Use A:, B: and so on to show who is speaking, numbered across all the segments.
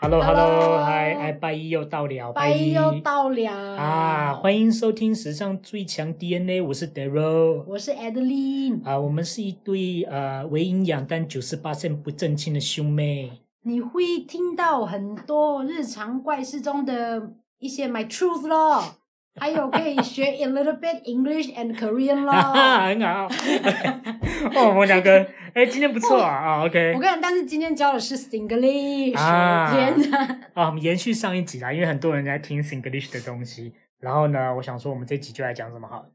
A: Hello Hello，
B: Hello
A: 嗨，哎，拜一又到了，
B: 拜一又到了
A: 啊！欢迎收听史上最强 DNA，我是 Daryl
B: 我是 Adeline，
A: 啊，我们是一对呃为营养但九十八不正经的兄妹。
B: 你会听到很多日常怪事中的一些 my truth 咯，还有可以学 a little bit English and Korean
A: 哈 哈，
B: 咯。
A: 啊很好。哦，我们两个，哎，今天不错啊。啊，OK
B: 哦我跟你讲，但是今天教的是 Singlish，、
A: 啊
B: 天 哪！
A: 啊，我们延续上一集啦，因为很多人在听 Singlish 的东西。然后呢，我想说，我们这集就来讲什么好了？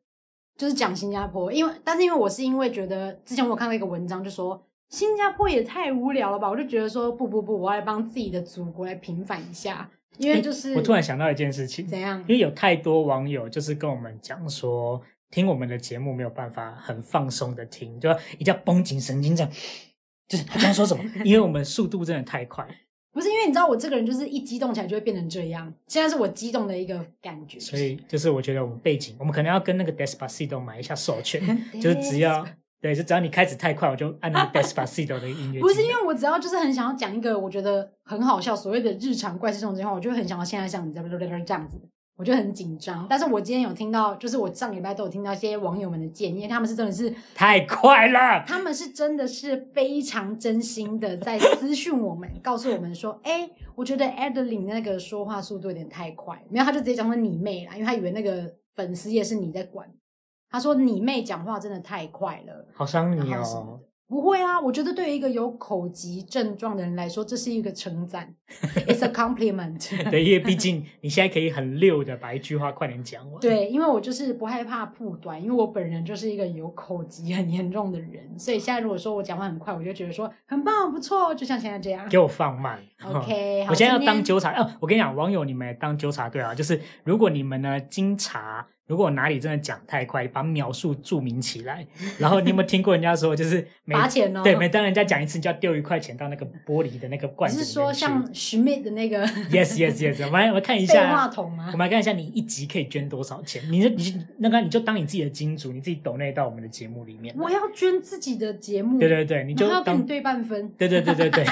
B: 就是讲新加坡，因为但是因为我是因为觉得之前我有看到一个文章，就说新加坡也太无聊了吧，我就觉得说不不不，我要来帮自己的祖国来平反一下，因为就是、
A: 我突然想到一件事情，
B: 怎样
A: 因为有太多网友就是跟我们讲说，听我们的节目没有办法很放松的听，就一定要绷紧神经这样。就是他刚刚说什么？因为我们速度真的太快，
B: 不是因为你知道我这个人就是一激动起来就会变成这样，现在是我激动的一个感觉。
A: 所以就是我觉得我们背景，我们可能要跟那个 Despacito 买一下授权，就是只要对，就只要你开始太快，我就按那个 Despacito 的音乐进来。
B: 不是因为我只要就是很想要讲一个我觉得很好笑所谓的日常怪事这种情况，我就会很想要现在像你这样这样子，我就很紧张。但是我今天有听到，就是我上礼拜都有听到一些网友们的建议，他们是真的是
A: 太快了，
B: 他们是真的是非常真心的在私讯我们，告诉我们说，哎、我觉得 Adeline 那个说话速度有点太快，没有，他就直接讲说你妹啦，因为他以为那个粉丝也是你在管。他说你妹讲话真的太快了，
A: 好伤你
B: 然后什么
A: 哦。
B: 的。不会啊，我觉得对于一个有口疾症状的人来说，这是一个称赞，It's a compliment。
A: 对，因为毕竟你现在可以很溜的把一句话快点讲完。
B: 对，因为我就是不害怕铺短，因为我本人就是一个有口疾很严重的人，所以现在如果说我讲话很快，我就觉得说很棒，不错，就像现在这样。
A: 给我放慢。
B: OK，好
A: 我现在要当
B: 今天
A: 纠察哦！我跟你讲，网友你们也当纠察队啊，就是如果你们呢经查，如果哪里真的讲太快，把秒数注明起来。 然后你有没有听过人家说，就是每
B: 罚钱哦。
A: 对每当人家讲一次，你就要丢一块钱到那个玻璃的那个罐
B: 你
A: 子里
B: 是
A: 面
B: 说
A: 去
B: 像 Schmidt 的那个
A: yes yes yes，我们来我们看一
B: 废话
A: 下，
B: 筒吗
A: 我？们来看一下你一集可以捐多少钱？你就你就那个你就当你自己的金主，你自己抖内到我们的节目里面。
B: 我要捐自己的节目，
A: 对对对，你就
B: 嗯然后要跟
A: 当
B: 你对半分。
A: 对对对对 对，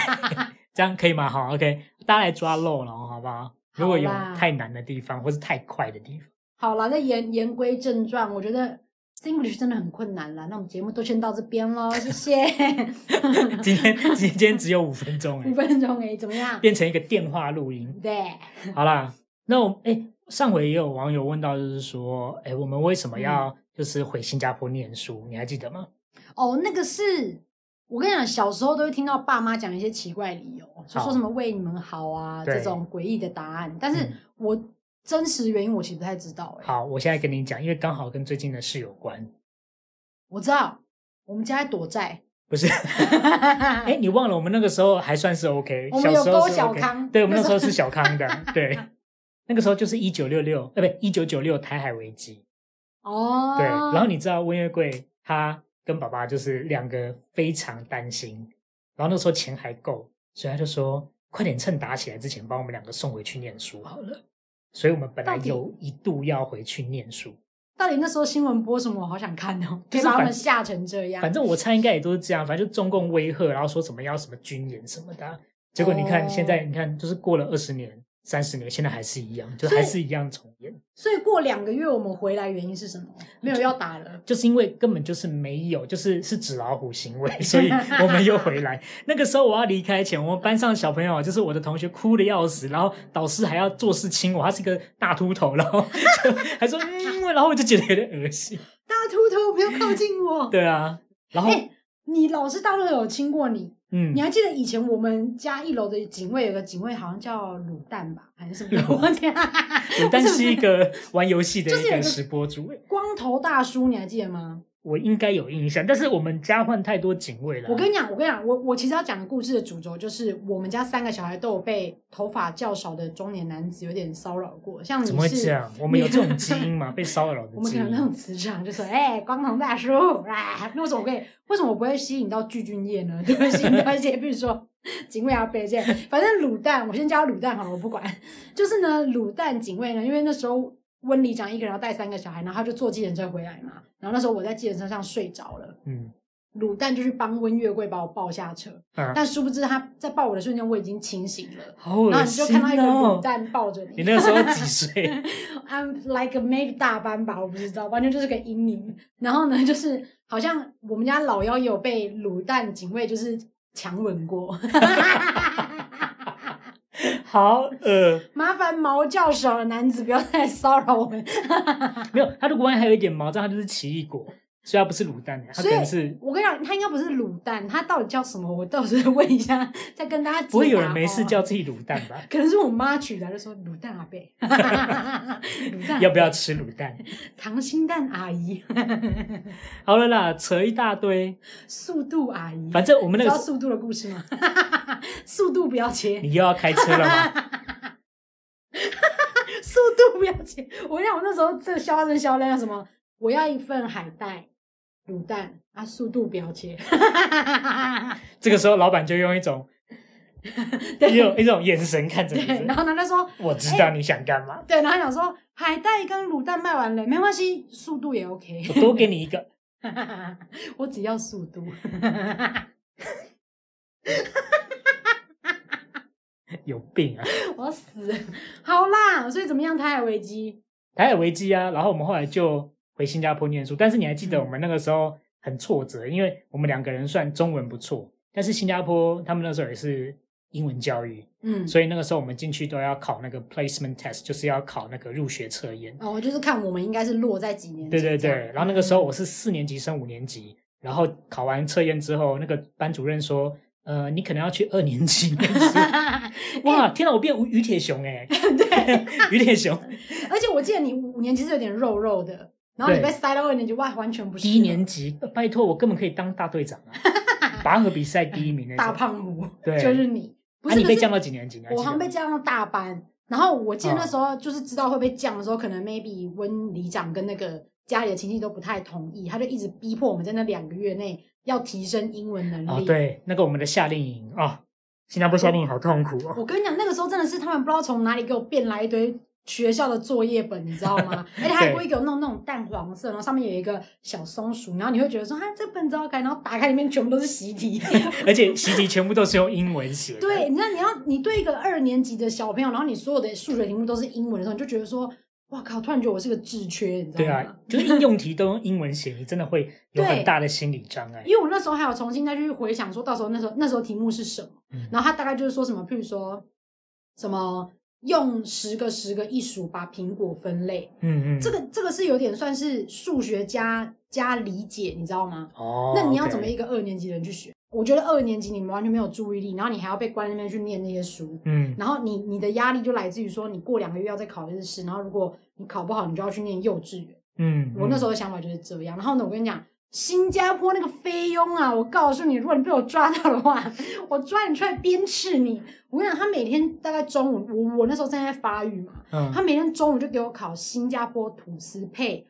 A: 这样可以吗？好，OK，大家来抓漏了哦，好不好？如果有
B: 好啦
A: 太难的地方或是太快的地方，
B: 好啦，那言言归正传，我觉得 English 真的很困难啦。那我们节目都先到这边 喽，谢谢。
A: 嗯今天今天只有五分钟
B: 五
A: 哎，
B: 分钟诶，怎么样？
A: 变成一个电话录音。
B: 对，
A: 好啦，那我哎、上回也有网友问到，就是说，哎、我们为什么
B: 嗯
A: 要就是回新加坡念书？你还记得吗？
B: 哦，那个是我跟你讲，小时候都会听到爸妈讲一些奇怪理由，就
A: 好
B: 说什么为你们好啊
A: 对
B: 这种诡异的答案，但是
A: 嗯
B: 我真实原因我其实不太知道诶。
A: 好，我现在跟你讲，因为刚好跟最近的事有关，
B: 我知道我们家在躲债，
A: 不是？哎、你忘了我们那个时候还算是 OK，
B: 嗯我们有
A: 小时候
B: 勾
A: 是
B: 小
A: OK
B: 康
A: 对，我们那
B: 那
A: 时
B: 时
A: 候
B: 候
A: 是小康的，对，那个时候就是一九六六，呃，不，一九九六台海危机，
B: 哦，
A: 对，然后你知道温月桂她跟爸爸就是两个非常担心，然后那时候钱还够，所以他就说快点趁打起来之前把我们两个送回去念书好了，所以我们本来
B: 到底
A: 有一度要回去念书，
B: 到底那时候新闻播什么？我好想看哦，
A: 就
B: 可
A: 是
B: 以把他
A: 反
B: 们吓成这样。
A: 反正我猜应该也都是这样，反正就中共威吓，然后说什么要什么军演什么的啊。结果你看
B: 哦
A: 现在，你看就是过了二十年、三十年，现在还是一样，就还是一样重演，
B: 所以过两个月我们回来，原因是什么？没有要打了。
A: 就是因为根本就是没有，就是是纸老虎行为，所以我们又回来。那个时候我要离开前，我们班上小朋友就是我的同学哭的要死，然后导师还要做事亲我，他是一个大秃头，然后就还说嗯，然后我就觉得有点恶心。
B: 大秃头，不要靠近我。
A: 对啊，然后、
B: 哎、你老师大陆有亲过你？
A: 嗯
B: 你，还记得以前我们家一楼的警卫有个警卫，好像叫卤蛋吧，还是什么？
A: 卤
B: 我天啊，
A: 但是一个玩游戏的
B: 就是
A: 一
B: 有
A: 个
B: 个
A: 直播主。
B: 光头大叔，你还记得吗？
A: 我应该有印象，但是我们家换太多警卫了。
B: 我跟你讲，我跟你讲，我我其实要讲的故事的主轴就是，我们家三个小孩都有被头发较少的中年男子有点骚扰过，像你
A: 怎么会
B: 是
A: 这样？我们有这种基因吗？被骚扰的
B: 我们
A: 基
B: 可能那
A: 因
B: 种。磁场就说，哎、光头大叔，啊，那为什么我会，为什么我不会吸引到聚菌业呢？ 就会吸引到一些，比如说警卫啊、北这样反正卤蛋，我先叫他卤蛋好了，我不管。就是呢，卤蛋警卫呢，因为那时候温里长一个人要带三个小孩，然后他就坐计程车回来嘛，然后那时候我在计程车上睡着了。
A: 嗯，
B: 卤蛋就去帮温月桂把我抱下车，
A: 嗯
B: 但殊不知他在抱我的瞬间我已经清醒了，
A: 好恶
B: 然后你就
A: 心
B: 看到一个卤
A: 哦！
B: 蛋抱着
A: 你
B: 你。
A: 那个时候几岁？
B: I'm like a maybe 大班吧，我不知道，完全就是个阴影。然后呢，就是好像我们家老幺有被卤蛋警卫就是强吻过，
A: 好恶。
B: 麻烦毛较少的男子不要再骚扰我们。
A: 没有，它如果万一还有一点毛，这样它就是奇异果，所以它不是卤蛋，啊它可
B: 所以
A: 能是
B: 我跟你讲，他应该不是卤蛋，他到底叫什么？我到时候问一下，再跟大家解答
A: 不会有人没事
B: 哦
A: 叫自己卤蛋吧？
B: 可能是我妈取的，就说卤蛋阿贝， 卤蛋
A: 要不要吃卤蛋？
B: 溏心蛋阿姨，
A: 好了啦，扯一大堆，
B: 速度阿姨，
A: 反正我们
B: 你
A: 那
B: 知道
A: 个时
B: 速度的故事吗？ 速度不要切，
A: 你又要开车了吗？
B: 速度不要切。我跟你讲，我那时候这个消化真消那叫什么？我要一份海带卤蛋啊，速度不要切。
A: 这个时候老板就用一种
B: 对
A: 用一种眼神看着你，
B: 对，然后哎呢，他说
A: 我知道你想干嘛，
B: 对，然后想说海带跟卤蛋卖完了，没关系，速度也 OK。
A: 我多给你一个。
B: 我只要速度。
A: 有病啊！
B: 我要死了！好啦，所以怎么样？台海危机，
A: 台海危机啊，然后我们后来就回新加坡念书，但是你还记得我们那个时候很挫折，因为我们两个人算中文不错，但是新加坡他们那时候也是英文教育，
B: 嗯，
A: 所以那个时候我们进去都要考那个 placement test，就是要考那个入学测验。
B: 哦，就是看我们应该是落在几年级
A: 对对
B: 这
A: 对
B: 样，
A: 然后那个 时候我是四年级升五年级，然后考完测验之后，那个班主任说，呃，你可能要去二年级念书。哇，天哪，我变吴于铁雄哎、 对，于铁雄，
B: 而且我记得你五年级是有点肉肉的，然后你
A: 对
B: 被塞到二年级，哇，完全不是
A: 第一年级，呃拜托我根本可以当大队长啊， 拔河比赛第一名那种。
B: 大胖虎，
A: 对
B: 就是你，不
A: 啊，
B: 是、
A: 你被
B: 可是
A: 降到几年级？你还记
B: 我
A: 得
B: 好
A: 吗
B: 像被降到大班，然后我记得
A: 哦
B: 那时候就是知道会被降的时候，可能 maybe 温里长跟那个家里的亲戚都不太同意，他就一直逼迫我们在那两个月内要提升英文能
A: 哦，
B: 力。
A: 对，那个我们的夏令营啊、哦，新加坡夏令营好痛苦 哦。
B: 我跟你讲，那个时候真的是他们不知道从哪里给我变来一堆学校的作业本，你知道吗？而且他还故意给我弄那种淡黄色，然后上面有一个小松鼠，然后你会觉得说，啊，这本糟糕，然后打开里面全部都是习题。
A: 而且习题全部都是用英文写的。
B: 对，你知道你要你对一个二年级的小朋友，然后你所有的数学题目都是英文的时候，你就觉得说，哇靠，突然觉得我是个智缺，你知
A: 对
B: 道
A: 啊
B: 吗？，
A: 就是应用题都用英文写，你真的会有很大的心理障碍。
B: 因为我那时候还有重新再去回想，说到时候那时候那时候题目是什么，
A: 嗯
B: 然后他大概就是说什么，譬如说什么用十个十个一数把苹果分类，
A: 嗯嗯，
B: 这个这个是有点算是数学加加理解，你知道吗？
A: 哦，
B: 那你要怎么
A: OK
B: 一个二年级的人去学？我觉得二年级你们完全没有注意力，然后你还要被关在那边去念那些书，
A: 嗯，
B: 然后你你的压力就来自于说你过两个月要再考一次试，然后如果你考不好，你就要去念幼稚园。
A: 嗯，
B: 我那时
A: 候
B: 候的想法就是这样。然后呢，我跟你讲，新加坡那个菲佣啊，我告诉你，如果你被我抓到的话，我抓你出来鞭笞你。我跟你讲，他每天大概中午，我我那时候正在发育嘛，他
A: 嗯，
B: 每天中午就给我烤新加坡吐司配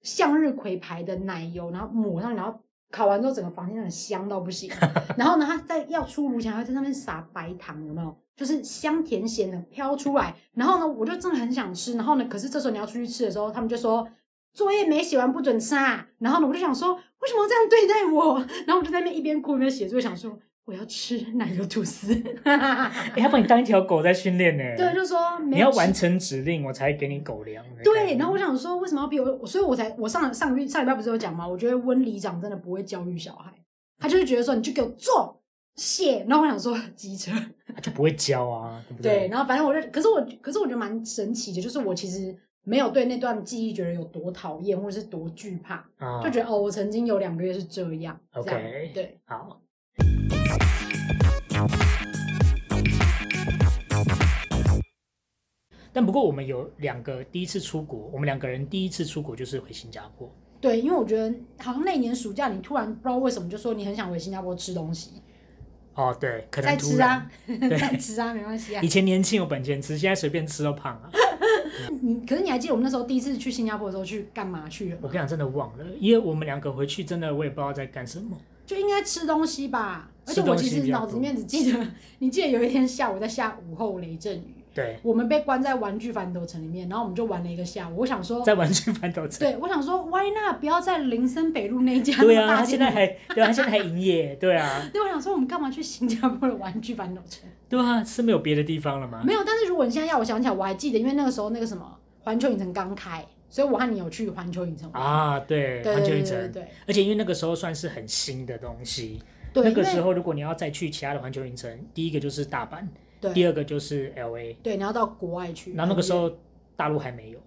B: 向日葵牌的奶油，然后抹上，然后烤完之后整个房间很香到不行。 然后呢，他在要出炉前还会在上面撒白糖，有没有？就是香甜咸的飘出来。然后呢，我就真的很想吃。然后呢，可是这时候你要出去吃的时候，他们就说。作业没写完不准吃啊！然后呢，我就想说，为什么这样对待我？然后我就在那边一边哭一边写作业，想说我要吃奶油吐司。
A: 哎，他把你当一条狗在训练呢。
B: 对，就说没
A: 你
B: 有
A: 要
B: 吃
A: 完成指令，我才给你狗粮。
B: 对，然后我想说，为什么要逼我？所以我才我上上个月上礼拜不是有讲吗？我觉得温里长真的不会教育小孩，他就是觉得说你就给我做写，然后我想说机车
A: 他就不会教啊，对不
B: 对，
A: 对？
B: 然后反正我就，可是我可是我觉得蛮神奇的，就是我其实没有对那段记忆觉得有多讨厌或者是多惧怕，
A: 啊，
B: 就觉得哦，我曾经有两个月是这样这
A: OK
B: 样对。
A: 好。但不过我们有两个第一次出国，我们两个人第一次出国就是回新加坡。
B: 对，因为我觉得好像那年暑假，你突然不知道为什么就说你很想回新加坡吃东西，
A: 哦，对，可能
B: 再
A: 突
B: 吃
A: 然。
B: 啊， 再吃啊，没关系啊
A: 以。前年轻有本钱吃，现在随便吃都胖啊了。
B: 你可是你还记得我们那时候第一次去新加坡的时候去干嘛去了
A: 我跟
B: 吗？
A: 你讲，真的忘了，因为我们两个回去，真的我也不知道在干什么。
B: 就应该吃东西吧。而且
A: 吃
B: 我
A: 东
B: 其
A: 西
B: 实
A: 比较
B: 脑子里面只记得，你记得有一天下午在下午后雷阵雨，
A: 对，
B: 我们被关在玩具反斗城里面，然后我们就玩了一个下午。我想说，
A: 在玩具反斗城。
B: 对我想说，Why not？不要在林森北路那一家
A: 对
B: 那么
A: 啊，
B: 大
A: 他
B: 间
A: 现
B: 的
A: 在还对啊，他现在还营业，对啊，
B: 对，我想说，我们干嘛去新加坡的玩具反斗城？
A: 对啊，是没有别的地方了吗？
B: 没有，但是如果你现在要我想起来，我还记得，因为那个时候那个什么环球影城刚开，所以我和你有去环球影城玩。
A: 啊，对，
B: 对
A: 环球
B: 对
A: 影
B: 对
A: 城，
B: 对
A: 而且因为那个时候算是很新的东西，
B: 对，
A: 那
B: 因
A: 个
B: 为
A: 时候如果你要再去其他的环球影城，第一个就是大阪，第
B: 对
A: 二个就是 L A，
B: 对，你要到国外去。
A: 然后那个时候大陆还没有，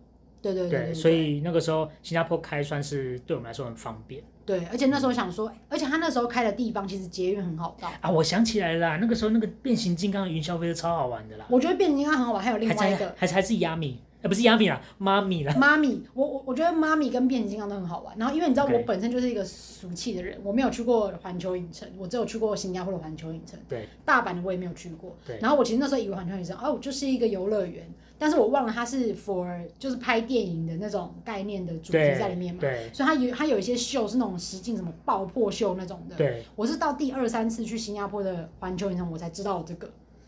B: 对，对对对
A: 对，所以那个时候新加坡开算是对我们来说很方便
B: 对，而且那时候想说，而且他那时候开的地方其实捷运很好到，
A: 啊。我想起来了啦，那个时候那个变形金刚的云霄飞车超好玩的啦，
B: 我觉得变形金刚很好玩。还有另
A: 还
B: 外一
A: 在
B: 个
A: 还是还是亚米，呃，不是亚米啦，妈咪啦，
B: 妈咪，我我我觉得妈咪跟变形金刚都很好玩。然后因为你知道
A: OK
B: 我本身就是一个俗气的人，我没有去过环球影城，我只有去过新加坡的环球影城。
A: 对，
B: 大阪的我也没有去过
A: 对。
B: 然后我其实那时候以为环球影城哦，就是一个游乐园，但是我忘了它是 for 就是拍电影的那种概念的主题
A: 对
B: 在里面嘛。
A: 对
B: 所以它有它有一些秀是那种实境什么爆破秀那种的。，
A: 对。
B: 我是到第二三次去新加坡的环球影城，我才知道有这个。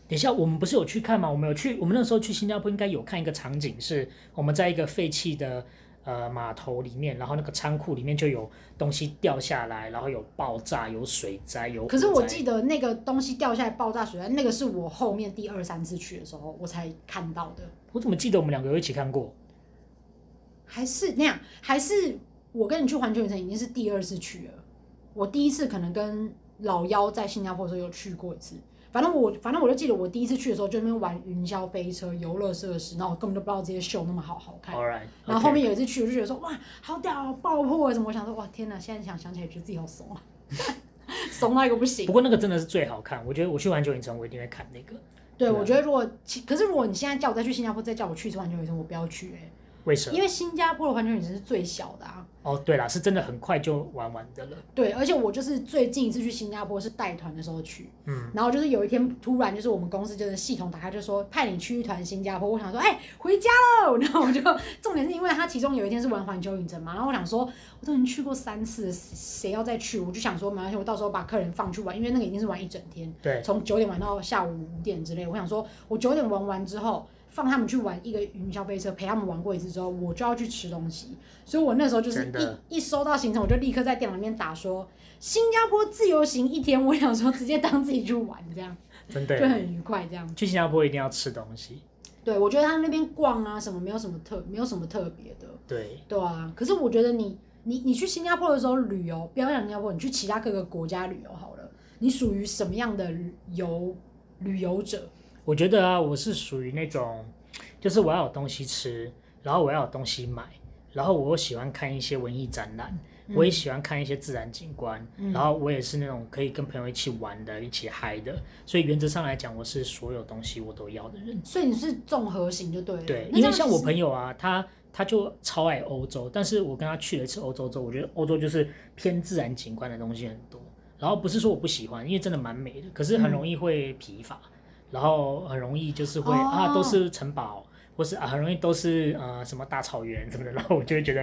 A: 等一下，我们不是有去看吗？我们有去，我们那时候去新加坡应该有看一个场景，是我们在一个废弃的呃码头里面，然后那个仓库里面就有东西掉下来，然后有爆炸、有水灾、有火灾。
B: 可是我记得那个东西掉下来爆炸水灾，那个是我后面第二三次去的时候我才看到的，
A: 我怎么记得我们两个有一起看过？
B: 还是那样，还是我跟你去环球影城已经是第二次去了。我第一次可能跟老妖在新加坡的时候有去过一次，反正我反正我就记得我第一次去的时候就在那边玩云霄飞车、游乐设施，然后我根本就不知道这些秀那么好好看。
A: All right，
B: 然后后
A: OK
B: 面有一次去，我就觉得说哇，好屌、哦，爆破什么？我想说哇，天哪！现在想想起来，觉得自己好怂啊， 怂到一个不行
A: 不。过那个真的是最好看，我觉得我去环球影城我一定会看那个，对
B: 对，
A: 啊
B: 我觉得如果其，可是如果你现在叫我再去新加坡，再叫我去一次环球影城，我不要去哎、
A: 为什么？
B: 因为新加坡的环球影城是最小的啊。
A: 哦，对啦，是真的很快就玩完的了，
B: 对，而且我就是最近一次去新加坡是带团的时候去，
A: 嗯，
B: 然后就是有一天突然就是我们公司就是系统打开就说派你去一团新加坡，我想说哎、回家喽，然后我就 重点是因为他其中有一天是玩环球影城嘛，然后我想说我都已经去过三次了，谁要再去？我就想说没关系，我到时候把客人放去玩，因为那个已经是玩一整天，
A: 对
B: 从九点玩到下午五点之类。我想说我九点玩完之后。放他们去玩一个云霄飞车，陪他们玩过一次之后，我就要去吃东西，所以我那时候就是
A: 真的
B: 一一收到行程，我就立刻在电脑里面打说，新加坡自由行一天，我 想说直接当自己去玩，这样
A: 真
B: 就
A: 的。
B: 很愉快。这样，
A: 去新加坡一定要吃东西，
B: 对我觉得他那边逛啊什么没有什么特没有什么特别的，
A: 对，
B: 对啊。可是我觉得你你你去新加坡的时候旅游，不要讲新加坡，你去其他各个国家旅游好了，你属于什么样的旅游旅游者？
A: 我觉得啊，我是属于那种，就是我要有东西吃，然后我要有东西买，然后我又喜欢看一些文艺展览，我也喜欢看一些自然景观，
B: 嗯
A: 然后我也是那种可以跟朋友一起玩的、一起嗨的，所以原则上来讲，我是所有东西我都要的人。
B: 所以你是综合型就对了。
A: 对，因
B: 那这
A: 为
B: 样
A: 像
B: 其
A: 我
B: 实
A: 朋友啊，他他就超爱欧洲，但是我跟他去了一次欧洲之后，我觉得欧洲就是偏自然景观的东西很多。然后不是说我不喜欢，因为真的蛮美的，可是
B: 嗯
A: 很容易会疲乏，然后很容易就是会、啊
B: 哦
A: 都是城堡，或是啊很容易都是呃什么大草原什么的，然后我就会觉得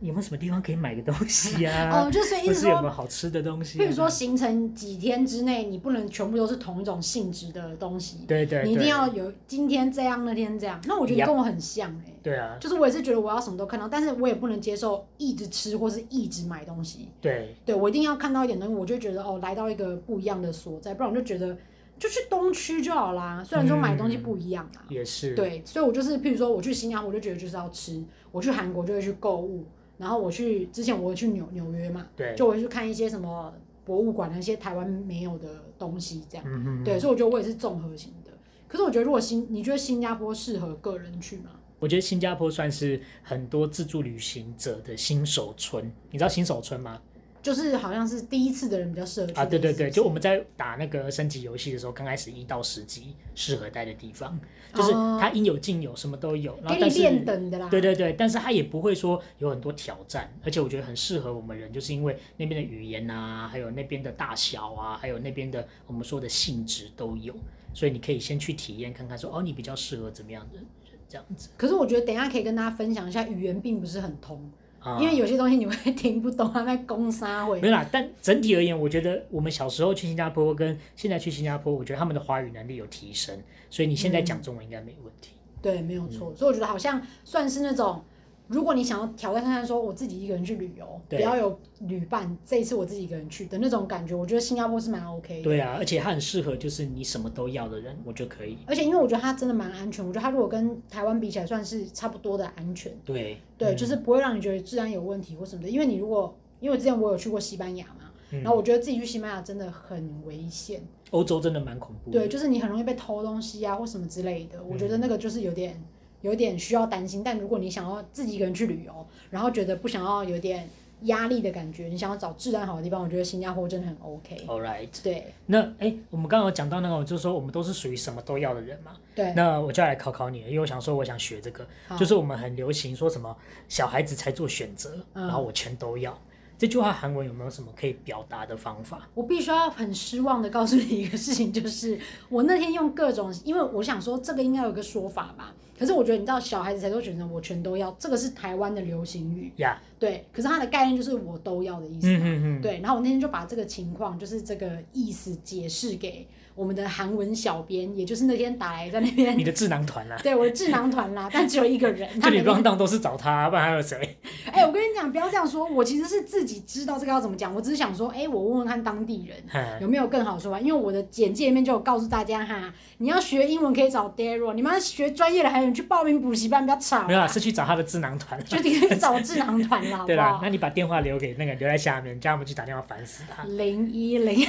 A: 有没有什么地方可以买个东西啊，
B: 哦，就所以意
A: 或
B: 思
A: 是有没有
B: 说。
A: 好吃的东西、啊？
B: 譬如说，行程几天之内，你不能全部都是同一种性质的东西。
A: 对对对，
B: 你一定要有今天这样，那天这样。那我觉得
A: Yep
B: 跟我很像哎、
A: 对啊，
B: 就是我也是觉得我要什么都看到，但是我也不能接受一直吃或是一直买东西。
A: 对
B: 对我一定要看到一点东西，我就觉得哦，来到一个不一样的所在，不然我就觉得就去东区就好啦。虽然
A: 嗯
B: 说买东西不一样啊，
A: 也是，
B: 对，所以我就是譬如说我去新加坡，我就觉得就是要吃；我去韩国就会去购物，然后我去之前我会去纽纽约嘛，
A: 对，
B: 就我会去看一些什么博物馆，那些台湾没有的东西这样。
A: 嗯哼，
B: 对，所以我觉得我也是综合型的。可是我觉得，如果新，你觉得新加坡适合个人去吗？
A: 我觉得新加坡算是很多自助旅行者的新手村，你知道新手村吗？
B: 就是好像是第一次的人比较适合去
A: 啊，对
B: 的
A: 对
B: 意思
A: 对，
B: 是
A: 就我们在打那个升级游戏的时候，刚开始一到十级适合待的地方，就是
B: 哦
A: 它应有尽有，什么都有，然后
B: 给
A: 但
B: 你练
A: 是。
B: 等的啊啦。
A: 对对对，但是它也不会说有很多挑战，而且我觉得很适合我们人，就是因为那边的语言啊，还有那边的大小啊，还有那边的我们说的性质都有，所以你可以先去体验看看说哦，你比较适合怎么样的人这样子。
B: 可是我觉得等一下可以跟大家分享一下，语言并不是很通。
A: 啊
B: 因为有些东西你会听不懂，他在攻杀会
A: 没。有啦，但整体而言，我觉得我们小时候去新加坡跟现在去新加坡，我觉得他们的华语能力有提升，所以你现在
B: 嗯
A: 讲中文应该没问题。
B: 对，没有
A: 嗯
B: 错。所以我觉得好像算是那种，如果你想要挑战看看，说我自己一个人去旅游，不
A: 对
B: 要有旅伴，这一次我自己一个人去的那种感觉，我觉得新加坡是蛮 OK 的。
A: 对啊，而且他很适合就是你什么都要的人，我就可以。
B: 而且因为我觉得它真的蛮安全，我觉得它如果跟台湾比起来，算是差不多的安全。
A: 对
B: 对，
A: 嗯
B: 就是不会让你觉得治安有问题或什么的。因为你如果，因为之前我有去过西班牙嘛，
A: 嗯
B: 然后我觉得自己去西班牙真的很危险，
A: 欧洲真的蛮恐怖的。
B: 对，就是你很容易被偷东西啊或什么之类的。我觉得那个就是有点有点需要担心。但如果你想要自己一个人去旅游，然后觉得不想要有点压力的感觉，你想要找治安好的地方，我觉得新加坡真的很 OK。
A: All right，
B: 对
A: 那哎、我们刚刚有讲到那个，就是说我们都是属于什么都要的人嘛。
B: 对，
A: 那我就要来考考你了，因为我想说我想学这个，
B: 好
A: 就是我们很流行说什么小孩子才做选择，
B: 嗯
A: 然后我全都要。这句话韩文有没有什么可以表达的方法？
B: 我必须要很失望的告诉你一个事情，就是我那天用各种，因为我想说这个应该有个说法吧，可是我觉得你知道小孩子才做选择，我全都要，这个是台湾的流行语，
A: 呀、
B: 对，可是它的概念就是我都要的意思
A: 嗯
B: 啊嘛，
A: 嗯嗯，，
B: 对，然后我那天就把这个情况，就是这个意思解释给我们的韩文小编，也就是那天打来在那 边
A: 你。的智囊团 啦、
B: 对我的智囊团啦，但只有一 个人。
A: 这
B: 他
A: 里
B: 每天
A: round down 都是找他，不然还有谁？
B: 哎、我跟你讲，不要这样说。我其实是自己知道这个要怎么讲，我只是想说，哎、我问问看当地人，
A: 嗯
B: 有没有更好说法？因为我的简介里面就有告诉大家哈，你要学英文可以找 Daryl，你们要学专业的还有人去报名补习班，不要吵
A: 没有啦，啊
B: 啦，
A: 是去找他的智囊 团啦。
B: 就你可以找智囊团啦，好
A: 对
B: 不
A: 啦，
B: 好
A: 那？你把电话留给那个留在下面，叫他们去打电话烦死他。
B: 零一零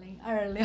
B: 零二六，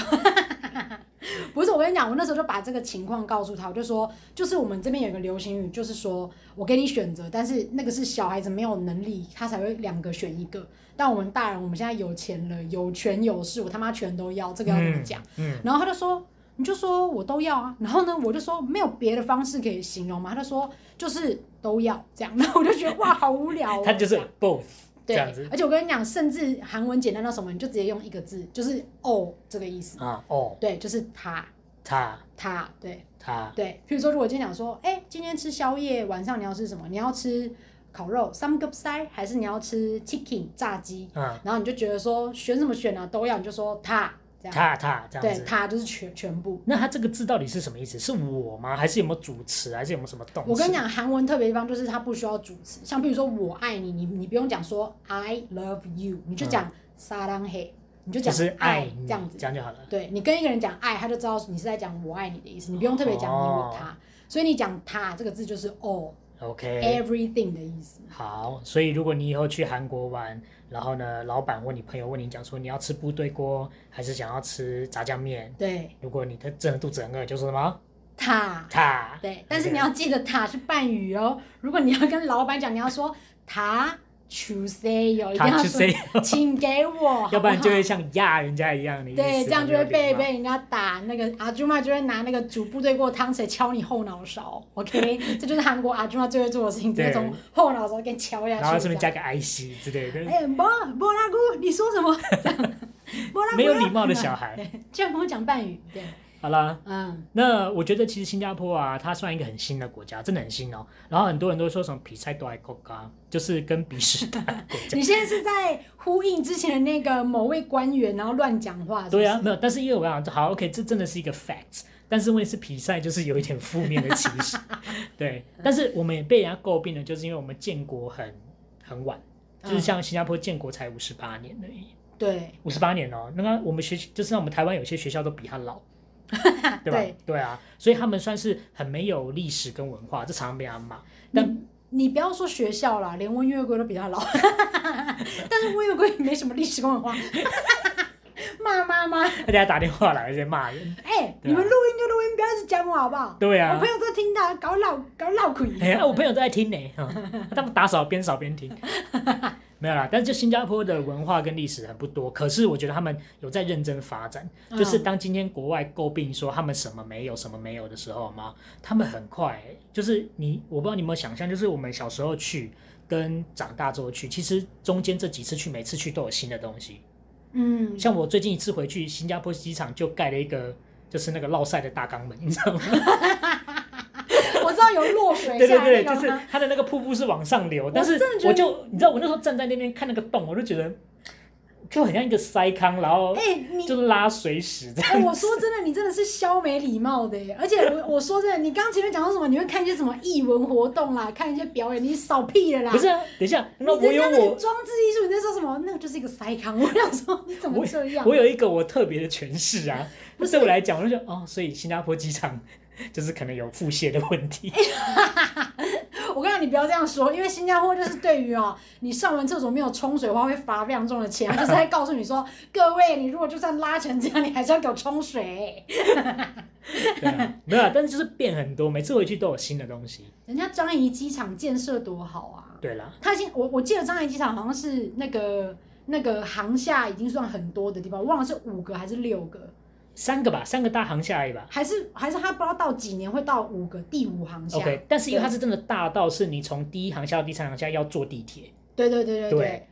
B: 不是我跟你讲，我那时候就把这个情况告诉他，我就说，就是我们这边有一个流行语，就是说我给你选择，但是那个是小孩子没有能力，他才会两个选一个。但我们大人，我们现在有钱了，有权有势，我他妈全都要，这个要怎么讲？
A: 嗯，
B: 然后他就说，你就说我都要啊。然后呢，我就说没有别的方式可以形容嘛。他就说就是都要这样。然 后我就觉得哇，好无聊、哦。
A: 嗯， 他就是
B: 这样
A: both 这
B: 对
A: 样子，
B: 而且我跟你讲，甚至韩文简单到什么，你就直接用一个字，就是哦这个意思。
A: 啊，哦，
B: 对，就是他
A: 他
B: 他对
A: 他啊
B: 对。譬如说，如果今天讲说，哎，今天吃宵夜，晚上你要吃什么？你要吃烤肉 （some g u p s i 还是你要吃 chicken 炸鸡？
A: 嗯，
B: 然后你就觉得说选什么选啊都要，你就说他这样。
A: 他他这样
B: 对，
A: 子。
B: 他就是全全部。
A: 那他这个字到底是什么意思？是我吗？还是有没有主词？还是有没有什么动词？
B: 我跟你，讲，韩文特别地方就是它不需要主词，像比如说我爱你，你你不用讲说 I love you，你就讲사랑嘿，你就
A: 嗯就
B: 讲
A: 是爱
B: 爱
A: 你
B: 这样子
A: 这。样就好了。
B: 对你跟一个人讲爱，他就知道你是在讲我爱你的意思，你不用特别讲你我
A: 哦
B: 他。所以你讲他这个字就是 all
A: OK，
B: everything 的意思。
A: 好。所以如果你以后去韩国玩，然后呢，老板问你朋友问你讲说你要吃部队锅，还是想要吃炸酱面？
B: 对，
A: 如果你的真的肚子很饿，就说什么
B: 他。
A: 他。
B: 对， 但是
A: OK
B: 你要记得他是半语哦。如果你要跟老板讲，你要说他 to say 哟，一定
A: 他
B: 要
A: 去 say，
B: 说，请给我，
A: 要不然就
B: 好
A: 会像压人家一样的意思。
B: 对，这样就
A: 没有
B: 会被
A: 礼貌
B: 被人家打。那个阿舅妈就会拿那个煮部队锅的汤匙敲你后脑勺，OK？这 就是韩国阿舅妈最会做的事情，直接
A: 对
B: 从后脑勺给你敲下去。
A: 然后顺便加
B: 这样
A: 个 IC 之类的，
B: 哎，莫莫拉姑，你说什么？这样莫拉 姑
A: 没有礼貌的小孩。
B: 对居然跟我讲半语，对，
A: 好啦，
B: 嗯，
A: 那我觉得其实新加坡啊，它算一个很新的国家，真的很新哦。然后很多人都说什么比赛都爱国家，就是跟比时大的国家。
B: 你现在是在呼应之前的那个某位官员，然后乱讲话，是不是
A: 对啊，，没有，但是因为我想，好，OK，这真的是一个 fact。但是问题是，比赛就是有一点负面的歧 视，对。但是我们也被人家诟病了，就是因为我们建国很很晚，就是像新加坡建国才五十八年而已。
B: 对，
A: 五十八年哦、那个我们学就是我们台湾有些学校都比他 老，对吧？
B: 对
A: 啊，所以他们算是很没有历史跟文化，这常常被他骂。但
B: 你你不要说学校啦，连温月归都比 他老，但是温月归也没什么历史跟文化。骂妈妈，哎、
A: 大家打电话来而且骂人，
B: 你们录音就录音，不要一直讲我好不好？
A: 啊对啊
B: 我朋友都听到，搞老搞老鬼。
A: 哎、呀，我朋友都在听呢、嗯他们打扫边扫边听。 没有啦，但是就新加坡的文化跟历史很不多，可是我觉得他们有在认真发展。就是当今天国外诟病说他们什么没有什么没有的时候嘛，他们很快、就是你我不知道你有没有想象，就是我们小时候去跟长大之后去，其实中间这几次去，每次去都有新的东西。
B: 嗯，
A: 像我最近一次回去新加坡机场就盖了一个就是那个落晒的大肛门，你知道吗？
B: 我知道到有落 水
A: 对
B: 下
A: 对
B: 来
A: 对，
B: 那个
A: 就是
B: 吗
A: 它的那个瀑布是往上流，但是
B: 真的觉得
A: 我就你知道，我那时候站在那边看那个洞，我就觉得就很像一个塞康，然后
B: 哎、你
A: 就是拉水屎这
B: 哎、
A: 样。
B: 我说真的，你真的是消没礼貌的耶！而且 我我说真的，你刚前面讲到什么，你会看一些什么艺文活动啦，看一些表演，你少屁了啦！
A: 不是，啊，等一下，
B: 你
A: 那我
B: 人
A: 有
B: 家那
A: 我
B: 个装置艺术，你在说什么？那个就是一个塞康。我想说，你怎么这样？
A: 我有一个我特别的诠释 啊，那对我来讲，我就觉得哦，所以新加坡机场 就是可能有腹泻的问 题。
B: 我跟你讲，你不要这样说，因为新加坡就是对于哦，你上完厕所没有冲水的话，会罚非常重的钱，就是在告诉你说，各位，你如果就算拉成这样，你还是要给我冲水。
A: 对啊，没有啊，但是就是变很多，每次回去都有新的东西。
B: 人家樟宜机场建设多好啊！
A: 对啦，
B: 他已经，我我记得樟宜机场好像是那个那个航厦已经算很多的地方，我忘了是五个还是六个，
A: 三个吧，三个大航下来吧。
B: 还是还是他不知道到几年会到五个，第五航厦。
A: OK，但是因为它是真的大到是你从第一航下到第三航下要坐地铁。
B: 对对对对
A: 对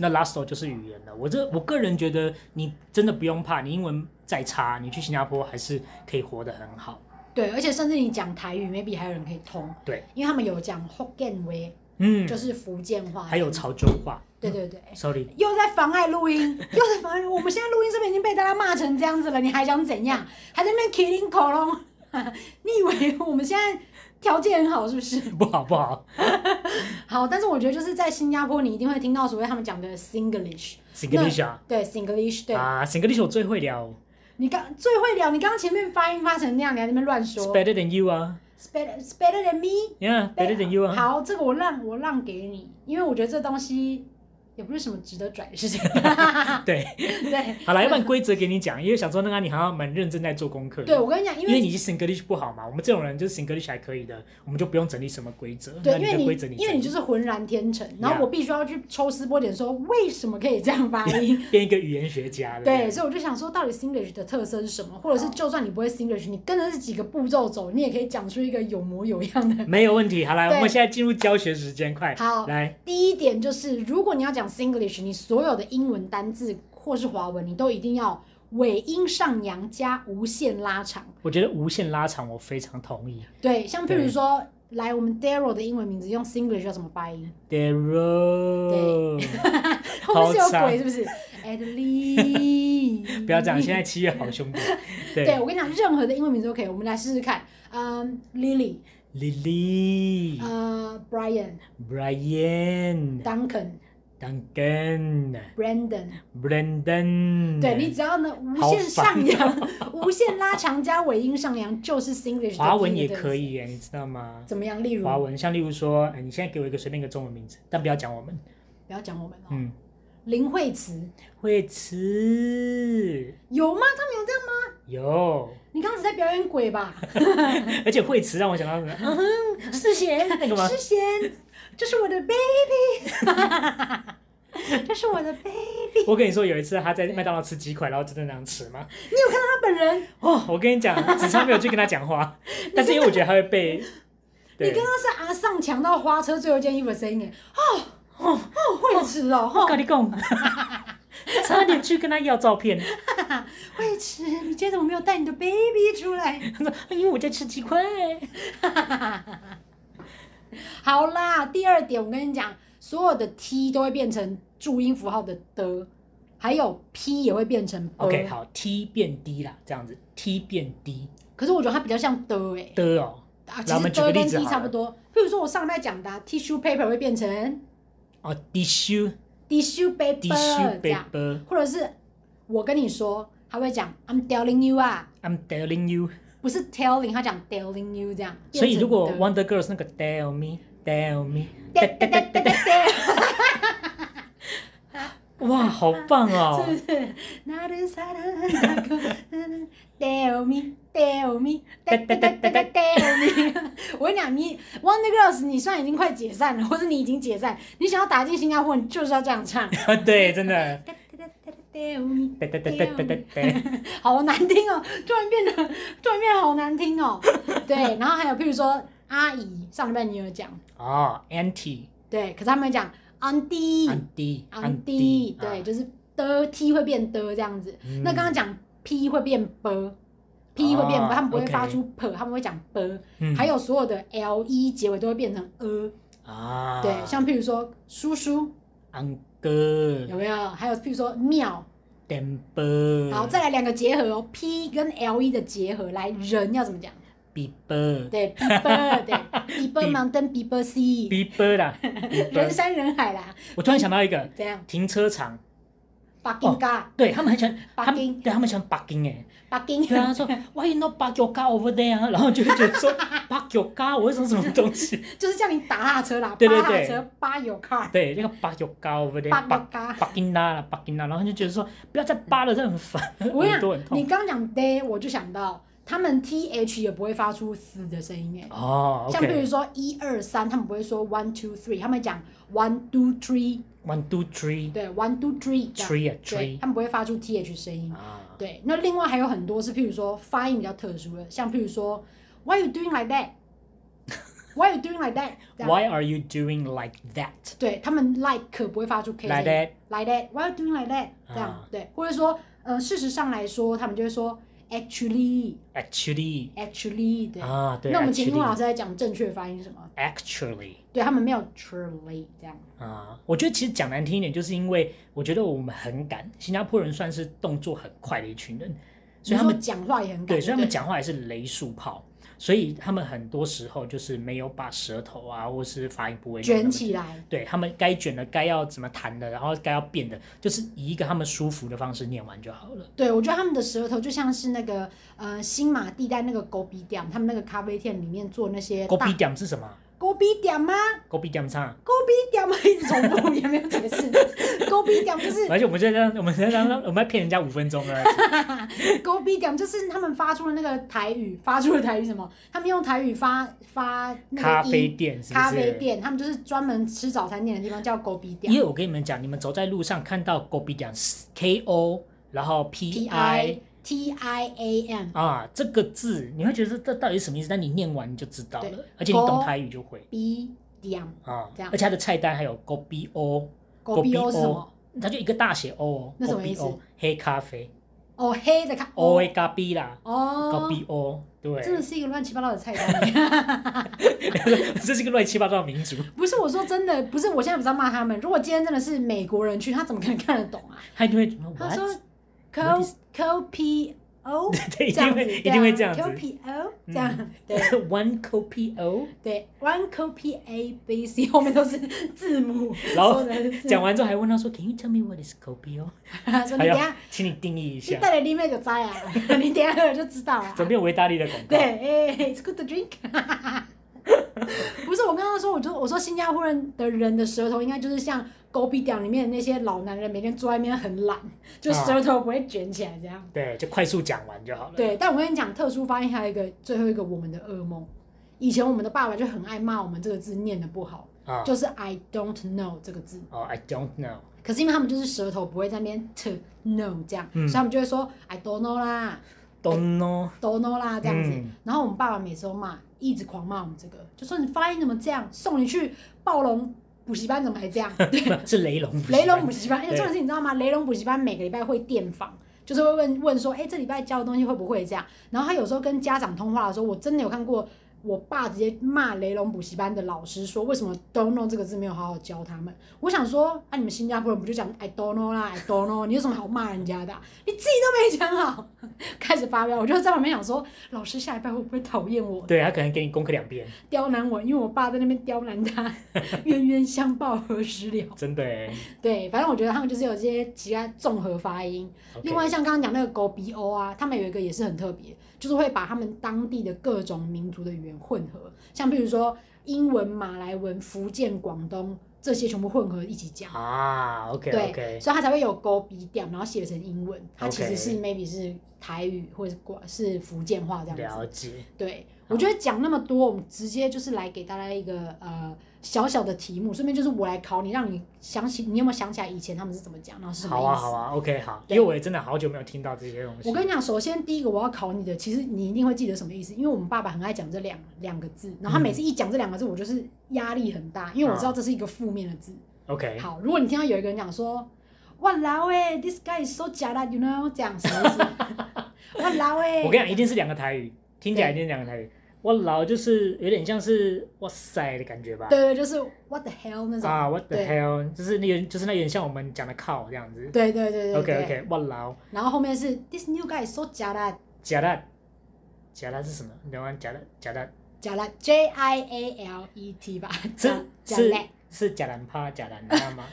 A: 那 last 就是语言了。我这我个人觉得，你真的不用怕，你英文再差，你去新加坡还是可以活得很好。
B: 对，而且甚至你讲台语，maybe 还有人可以通。
A: 对，
B: 因为他们有讲 Hokkien 喂，
A: 嗯，
B: 就是福建话。
A: 还有潮州话。
B: 对对对，
A: Sorry，
B: 又在妨碍录音，又在妨碍录。我们现在录音这边已经被大家骂成这样子了，你还想怎样？还在那边 killing 口龙？ 你以为我们现在条件很好是不是？
A: 不好不好
B: 好，但是我觉得就是在新加坡，你一定会听到所谓他们讲的 Singlish，
A: ，Singlish 啊，
B: 对 Singlish，对、
A: 啊，Singlish 我最会聊
B: 你刚最会聊，你刚刚前面发音发成那样，你还在那边乱说
A: ，It's better than you 啊
B: It's better, it's better than me，
A: ，Yeah，better than you 啊。
B: 好，这个我让我让给你，因为我觉得这东西也不是什么值得拽 的事情。
A: 对，
B: 对
A: 好了，要不然规则给你讲，因为想说那个你好像蛮认真在做功课的。
B: 对，我跟你讲，因
A: 因为你是 Singlish 不好嘛，我们这种人就是 Singlish 还可以的，我们就不用整理什么规则。
B: 对，
A: 那你
B: 因为
A: 的
B: 你
A: 规则你
B: 因为
A: 整
B: 你
A: 理
B: 就是浑然天成，然
A: Yeah
B: 后我必须要去抽丝剥茧，说为什么可以这样发音。
A: 变一个语言学家，对不
B: 对，所以我就想说，到底 Singlish 的特色是什么？或者是就算你不会 Singlish，你跟着这几个步骤走，你也可以讲出一个有模有样 的。
A: 没有问题。好，来，
B: 对
A: 我们现在进入教学时间，快
B: 好
A: 来。
B: 第一点就是，如果你要讲 Singlish，你所有的英文单字或是华文，你都一定要尾音上扬加无限拉长。
A: 我觉得无限拉长，我非常同意。
B: 对，像譬
A: 对
B: 如说，来我们 Daryl 的英文名字用 Singlish 要怎么发音？
A: Daryl，
B: 后面
A: 好
B: 是有
A: 长
B: 鬼是不是 a d l e
A: 不要这 样，现在七月好兄弟。
B: 对，我跟你讲，任何的英文名字都可以。我们来试试看，嗯，Lily，
A: ，Lily、
B: 呃，Brian、
A: Brian、
B: Duncan、
A: Duncan、
B: Brandon，
A: Brandon。
B: 对你只要呢无
A: 嗯好
B: 限
A: 烦
B: 上扬、 无限拉长加尾音上扬，就是 Singlish。
A: 华文也可，以耶，你知道吗？
B: 怎么样？例如，
A: 华文像例如说，哎，你现在给我一个随便一个中文名字，但不要讲我们。
B: 不要讲我们哦，
A: 嗯，
B: 林慧慈
A: 惠慈
B: 有吗？他们有这样吗？
A: 有，
B: 你刚才在表演鬼吧？
A: 而且惠慈让我想到什么？
B: 世贤，
A: 那个吗
B: 世贤，这是我的 baby，这 是我的 baby。
A: 我跟你说，有一次他在麦当劳吃鸡块，然后真的那样吃嘛。
B: 你有看到他本人？
A: 哦，我跟你讲，只差没有去跟他讲话，但是因为我觉得他会被，
B: 你
A: 对
B: 刚，刚是阿上抢到花车最后一件衣服的声音耶，哦哦哦，惠慈哦，
A: 我
B: 哦
A: 跟你讲，差点去跟他要照片。
B: 惠慈，你今天怎么没有带你的 baby 出来？
A: 他说，因为我在吃鸡块。
B: 好啦，第二点，我跟你讲，所有的 t 都会变成注音符号的的，还有 p 也会变成 b
A: OK，好，T 变 D 啦，这样子，T 变 D
B: 可是我觉得它比较像的哎、
A: 的哦，
B: 啊，其
A: 那我
B: 实
A: 们举个
B: 的
A: 例
B: 跟
A: 子
B: d
A: 好
B: 差不
A: 了
B: 多。譬如说我上礼拜讲的啊、tissue paper 会变成
A: 哦，tissue
B: tissue paper
A: tissue
B: 这样，
A: paper，I'm
B: 或者是我跟你说，他会讲 I'm telling you 啊，
A: telling you。
B: 不是 telling，他讲 telling you 这样。
A: 所以如果
B: 变 成
A: Wonder
B: 的
A: Girls 那个 tell me tell me，
B: 哒哒哒哒哒哒，
A: 哇，好棒哦！
B: 是不是？ 那的啥的那个，tell me tell me，哒哒哒哒哒 tell me。我 跟你讲，你 Wonder Girls，你虽然已经快解散了，或者你已经解散，你想要打进新加坡，你就是要这样 唱。哒
A: 对，真的。
B: 哒哒哒哒 tell me。
A: 哒哒哒哒哒哒哒，
B: 好难听哦，突然变得突然变得好难听哦。对，然后还有譬如说阿姨，上礼拜你有讲，
A: 哦，anti
B: 对，可是他们讲 auntie
A: anti
B: auntie，
A: 啊
B: 对，就是的 t 会变的这样子。
A: 嗯
B: 那刚刚讲 P 会变 b，P 会变 b，、
A: 啊
B: 他们不会发
A: OK
B: 出 p，、他们会讲 b，、
A: 嗯
B: 还有所有的 l e 结尾都会变成 e，、
A: 啊，
B: 对，像譬如说叔叔
A: 安哥
B: 有没有？还有譬如说妙，
A: 点波，
B: 好，再来两个结合哦，P 跟 L E 的结合，来
A: 嗯
B: 人要怎么讲？
A: 比波，
B: 对，Bieber，对，Bieber Mountain Bieber Sea，
A: 比波 啦，比波
B: 人。山人海啦，
A: 我突然想到一个
B: 怎样
A: 停车场，
B: ？Bucking God，Bucking，
A: 对他们很喜欢，
B: Bucking
A: 他们对他们喜欢 bugging 哎、对啊， 他说 Why you not park your car over there？然后啊就会觉得说 park your car，我是什么什么东西？
B: 就是叫你打哈车啦，
A: 对对
B: 扒哈
A: 对
B: 车，扒 your car，
A: 对，那个 park your car over
B: 扒 your
A: there，park
B: car。
A: parking 啦啦 parking 啦，然后就觉得说不要再扒了，这很烦，
B: 我跟
A: 耳
B: 你
A: 朵
B: 讲
A: 很，
B: 你
A: 痛。
B: 刚讲 day，我就想到他们 T H 也不会发出嘶的声音哎。
A: 哦
B: 像比如
A: ，OK，one
B: 说一二三，他们不会说 one two three，他们讲 one two three，
A: two three
B: 对 one two three，这
A: three
B: 样
A: 啊
B: 对，
A: three
B: 他们不会发出 t h 声音。
A: 啊，
B: 对，那另外还有很多是，譬如说发音比较特殊的，像譬如说 Why you doing like that? Why you doing like that? 这样
A: Why are you doing like that?
B: 对他们 like 不会发出 k 声
A: Like
B: 音
A: that?
B: like that. Why you doing like that? 这样、
A: 啊
B: 对，或者说呃，事实上来说，他们就会说 actually
A: Actually
B: actually 对。
A: 啊，对，
B: 那我们秦中老师
A: actually
B: 在讲正确发音是什么？
A: actually
B: 对他们没有 truly 这样。
A: 啊，我觉得其实讲难听一点，就是因为我觉得我们很赶，新加坡人算是动作很快的一群人，所以他
B: 你说
A: 们
B: 讲话也很感
A: 对，所以他们
B: 不
A: 讲话也是雷速炮，所以他们很多时候就是没有把舌头啊，或是发音部位弄那
B: 卷
A: 么
B: 起来，
A: 对他们该卷的、该要怎么弹的，然后该要变的，就是以一个他们舒服的方式念完就好了。
B: 对，我觉得他们的舌头就像是那个呃新马地带那个狗鼻店，他们那个咖啡店里面做那些
A: 狗
B: 大
A: 比点是什么？
B: 狗鼻点吗？
A: 狗比点唱，
B: 狗鼻点吗？一直重复也没有解释。狗鼻 点 就是
A: 而且我们就在这样，我们在这样，我们在骗人家五分钟 而已。
B: 狗鼻点，就是他们发出了那个台语，发出了台语什么？他们用台语发发那个
A: 咖
B: 音
A: 啡店是不是？
B: 咖啡店，他们就是专门吃早餐店的地方叫狗鼻
A: 因为
B: 点。
A: 我跟你们讲，你们走在路上看到狗比讲 K O，然后 P
B: P
A: I
B: I T I A M
A: 啊这个字，你会觉得这到底是什么意思？但你念完你就知道
B: 对
A: 了，而且你懂台语就会
B: B 点，
A: 啊
B: 这样。
A: 而且它的菜单还有狗比 O，
B: 狗鼻 O
A: 狗鼻 O
B: 是什么？
A: 它就一个大写 O，
B: 那什
A: 狗
B: 么意
A: 比
B: 思
A: O 黑咖啡
B: 哦，黑的咖
A: O A 咖啡啦，狗
B: 哦，
A: 比 O 对，
B: 真的是一个乱七八糟的菜单。欸
A: 这是一个乱七八糟的民族，
B: 不是我说真的，不是我现在不是要骂他们。如果今天真的是美国人去，他怎么可能看得懂啊？
A: 他一定会
B: 他
A: what？
B: 说 c
A: What
B: o
A: is-
B: c o p o
A: 对，一
B: 这
A: 定
B: 样子，
A: 会一定会这样
B: c o
A: 子
B: p o 这
A: 嗯
B: 样，对
A: ，one copy O。
B: 对，one c o p a b c 后面都是字母，
A: 然后
B: 所有的字母
A: 讲完之后还问他说，Can you tell me what is copy O？
B: 他嗯说你
A: 还
B: 等
A: 要
B: 一下，
A: 请你定义一
B: 你
A: 下。
B: 带来里面就知啊， 你等一下喝了就知道了啊。
A: 怎么变维达利的广告？
B: 对，哎、i t s good to drink 。 不是我刚刚说，我就我说新加坡人的人的舌头应该就是像狗比屌里面的那些老男人，每天坐在那边很懒，就
A: 啊
B: 舌头不会卷起来这样。
A: 对就快速讲完就好了。
B: 对，但我跟你讲，特殊发音还有一个最后一个我们的噩梦。以前我们的爸爸就很爱骂我们这个字念的不好，
A: 啊，
B: 就是 I don't know 这个字。
A: 哦，I don't know，
B: 可是因为他们就是舌头不会在那边 to know 这样，
A: 嗯
B: 所以他们就会说 I don't know 啦
A: don't know，
B: ，don't know 啦这样子。
A: 嗯
B: 然后我们爸爸每次都骂，一直狂骂我们这个，就说你发音怎么这样，送你去暴龙补习班怎么还这样？对，
A: 不嗯 是雷龙补习班，
B: 雷龙补习班，而且
A: 对
B: 重点是你知道吗？雷龙补习班每个礼拜会电访。就是会问问说，哎、这礼拜教的东西会不会这样？然后他有时候跟家长通话的时候，我真的有看过我爸直接骂雷龙补习班的老师说，为什么 “don't know” 这个字没有好好教他们？我想说，啊，你们新加坡人不就讲哎 “I don't know” 啦，“I don't 啊 know”，你有什么好骂人家的啊、你自己都没讲好， 开始发飙。我就在旁边想说，老师下礼拜会不会讨厌我？
A: 对他可能给你攻克两遍，
B: 刁难我，因为我爸在那边刁难他，冤冤相报何时了？
A: 真的 耶。
B: 对，反正我觉得他们就是有这些其他综合发音。另外，像刚刚讲那个狗鼻欧啊，他们有一个也是很特别，就是会把他们当地的各种民族的语言混合，像比如说英文、马来文、福建、广东这些全部混合一起讲
A: OK。啊，OK
B: 对
A: OK，
B: 所以它才会有狗鼻调，然后写成英文。它其实是
A: OK
B: maybe 是台语或者是广是福建话这样子。
A: 了解。
B: 对，我觉得讲那么多，我们直接就是来给大家一个呃小小的题目，顺便就是我来考你，让你想起你有没有想起来以前他们是怎么讲，然后是什么
A: 好
B: 意思。
A: 啊好啊，OK 好，因
B: 对
A: 为我也真的好久没有听到这些东西。
B: 我跟你讲，首先第一个我要考你的，其实你一定会记得什么意思，因为我们爸爸很爱讲这两两个字，然后
A: 嗯
B: 他每次一讲这两个字，我就是压力很大，因为我知道
A: 啊
B: 这是一个负面的字。
A: OK，
B: 好，如果你听到有一个人讲说哇老哎，this guy is so 假啦，you know 这样什么意 思？哇老哎，
A: 我跟你讲，一定是两个台语，听起来一定是两个台语。我老就是有点像是哇塞的感觉吧。
B: 对对，就是 what the hell 那种。
A: 啊，what the
B: 对
A: hell，就是那个，就是那有点像我们讲的靠这样子。
B: 对对对对
A: OK
B: 对
A: OK，我老
B: 然后后面是 this new guy is so 假啦，
A: 假的，假的是什么？你懂吗？假的假的，
B: 假啦 J I A L E T 吧，
A: 是
B: 假假
A: 是
B: 嘞。
A: 是假男趴假男，你知道 吗？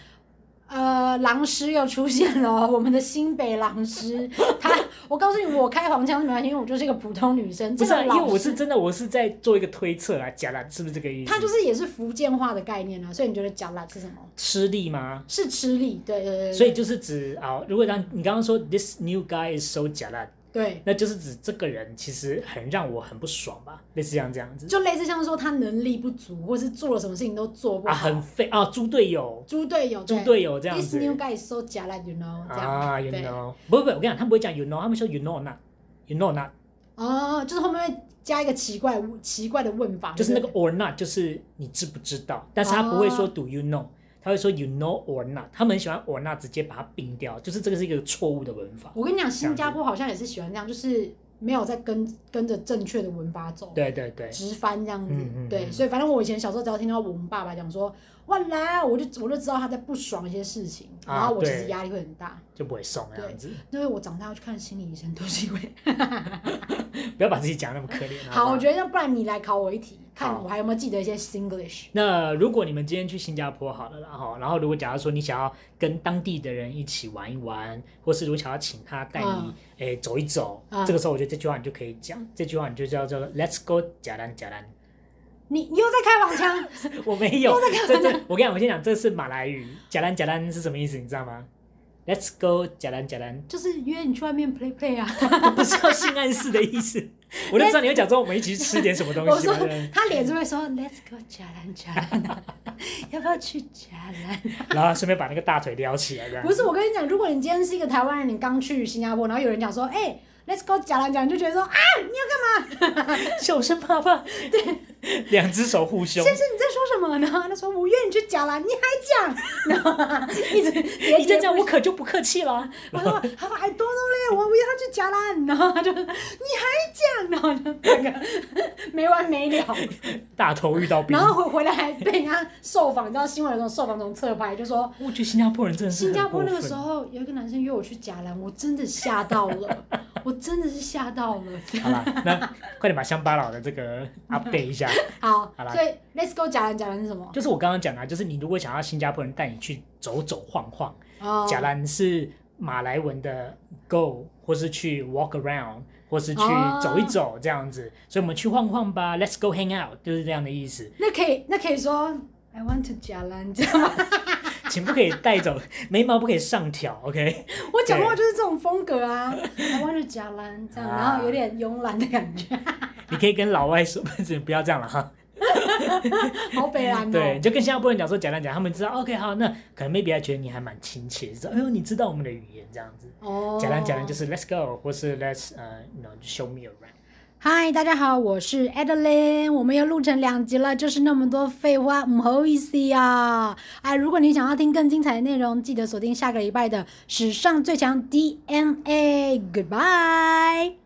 B: 呃，狼师又出现了哦，我 们的新北狼师，他，我告诉你，我开黄腔是没关系，因为我就是一个普通女生。
A: 不是、
B: 这
A: 啊，
B: 个
A: 因为
B: 老
A: 我
B: 师
A: 是真的，我是在做一个推测啊，假男是不是这个意思？
B: 它就是也是福建话的概念啊，所以你觉得“假辣”是什么？
A: 吃力吗？
B: 是吃力，对对对对，
A: 所以就是指啊，如果让你刚刚说 this new guy is so 假烂，
B: 对，
A: 那就是指这个人其实很让我很不爽吧，类似像这样子
B: 就类似像说他能力不足，或是做了什么事情都做不
A: 啊，
B: 好。
A: 很废啊，猪队友，
B: 猪队友，
A: 猪
B: 对
A: 队友这样
B: ，This
A: 子
B: new guy is so 假辣，you know，这样
A: 啊，you
B: 对
A: know，不不不，我跟你讲，他们不会讲 you know，他们说 you know not，you know not，
B: 哦，就是后面会加一个奇怪的奇怪的问法，
A: 就是那个
B: 啊对
A: or not，就是你知不知道，但是他不会说
B: 哦
A: do you know，他会说 you know or not，他们很喜欢 or not 直接把它并掉，就是这个是一个错误的文法
B: 不对。我跟你讲，新加坡好像也是喜欢这样，就是没有在跟跟着正确的文法走，
A: 对对对，
B: 直翻这样子，
A: 嗯嗯
B: 对，
A: 嗯
B: 所以反正我以前小时候只要听到我们爸爸讲说“哇啦”，我就我就知道他在不爽一些事情，
A: 啊
B: 然后我其实
A: 对
B: 压力会很大，
A: 就不会送这样子。
B: 因为我长大要去看心理医生，都是因为。
A: 不要把自己讲得那么可怜。
B: 好，
A: 不
B: 我觉得要不然你来考我一题，看
A: 好
B: 我还有没有记得一些 Singlish。
A: 那如果你们今天去新加坡好了啦，然后然后如果假如说你想要跟当地的人一起玩一玩，或是如果想要请他带你
B: 嗯
A: 诶、走一走，
B: 嗯
A: 这个时候我觉得这句话你就可以讲，这句话你就叫做 Let's go 假兰假兰。
B: 你你又在开黄腔，
A: 我没有，这这我跟你讲，我先讲这是马来语，假兰假兰是什么意思，你知道吗？Let's go 假兰假兰，
B: 就是约你去外面 play play 啊。
A: 不是要性暗示的意 思。我就知道你会讲说我们一起去吃点什么东
B: 我
A: 西
B: 说
A: 嘛。对不对
B: 他脸是会说 Let's go 加兰加兰啊， 要不要去加兰？
A: 然后顺便把那个大腿撩起来，这样
B: 不是，我跟你讲，如果你今天是一个台湾人，你刚去新加坡，然后有人讲说，哎、Let's go 加兰加兰，你就觉得说啊，
A: 小声爸爸，对， 两只手护胸。
B: 先生你在说什么呢？然后他说我约你去加兰，你还讲，然后一直喋
A: 你再
B: 喋
A: 哎这样，我可就不客气了。
B: 我说他说 I don't know 嘞，我我要他去加兰，然后他就 你还讲，然后就整个没完没了，
A: 大头遇到兵
B: 然，后回回来还被人家受访，你知道新闻有那种受访从侧拍，就说
A: 我觉得新加坡人真的是
B: 新
A: 很
B: 加
A: 过
B: 坡
A: 分
B: 那个时，候有一个男生约我去加兰，我真的吓到 了，我真的是吓到了。
A: 好啦，那快点把乡巴佬的这 个 update 一下。
B: 好，
A: 好啦
B: 所以 Let's go 加兰加兰是什么？
A: 就是我刚刚讲的啊，就是你如果想要新加坡人带你去走走晃晃，
B: 哦
A: 假兰是马来文的 go，或是去 walk around，或是去
B: 哦
A: 走一走这样子。所以我们去晃晃吧，Let's go hang out，就是这样的意思。
B: 那可以那可以说 I want to 加兰，知 道吗？
A: 请不可以带走， 眉毛不可以上挑，OK？
B: 我讲话就是这种风格啊，I want to 加兰这样，
A: 啊
B: 然后有点慵懒的感觉，
A: 你可以跟老外说，不是不要这样了哈。
B: 好北兰
A: 对，你
B: 哦。
A: 就跟新加坡人讲说讲讲讲，他们知道哦 OK 好，那可能 maybe 还觉得你还蛮亲切，就说哎呦你知道我们的语言这样子。
B: 哦。
A: 讲讲讲就是是 Let's go 或是 Let's 呃、uh,，no show me around。
B: 嗨，大家好，我是 Adeline，我们又录成两集了，就是那么多废话，不好意思呀、啊。哎，如果你想要听更精彩的内容，记得锁定下个礼拜的史上最强 DNA。Goodbye。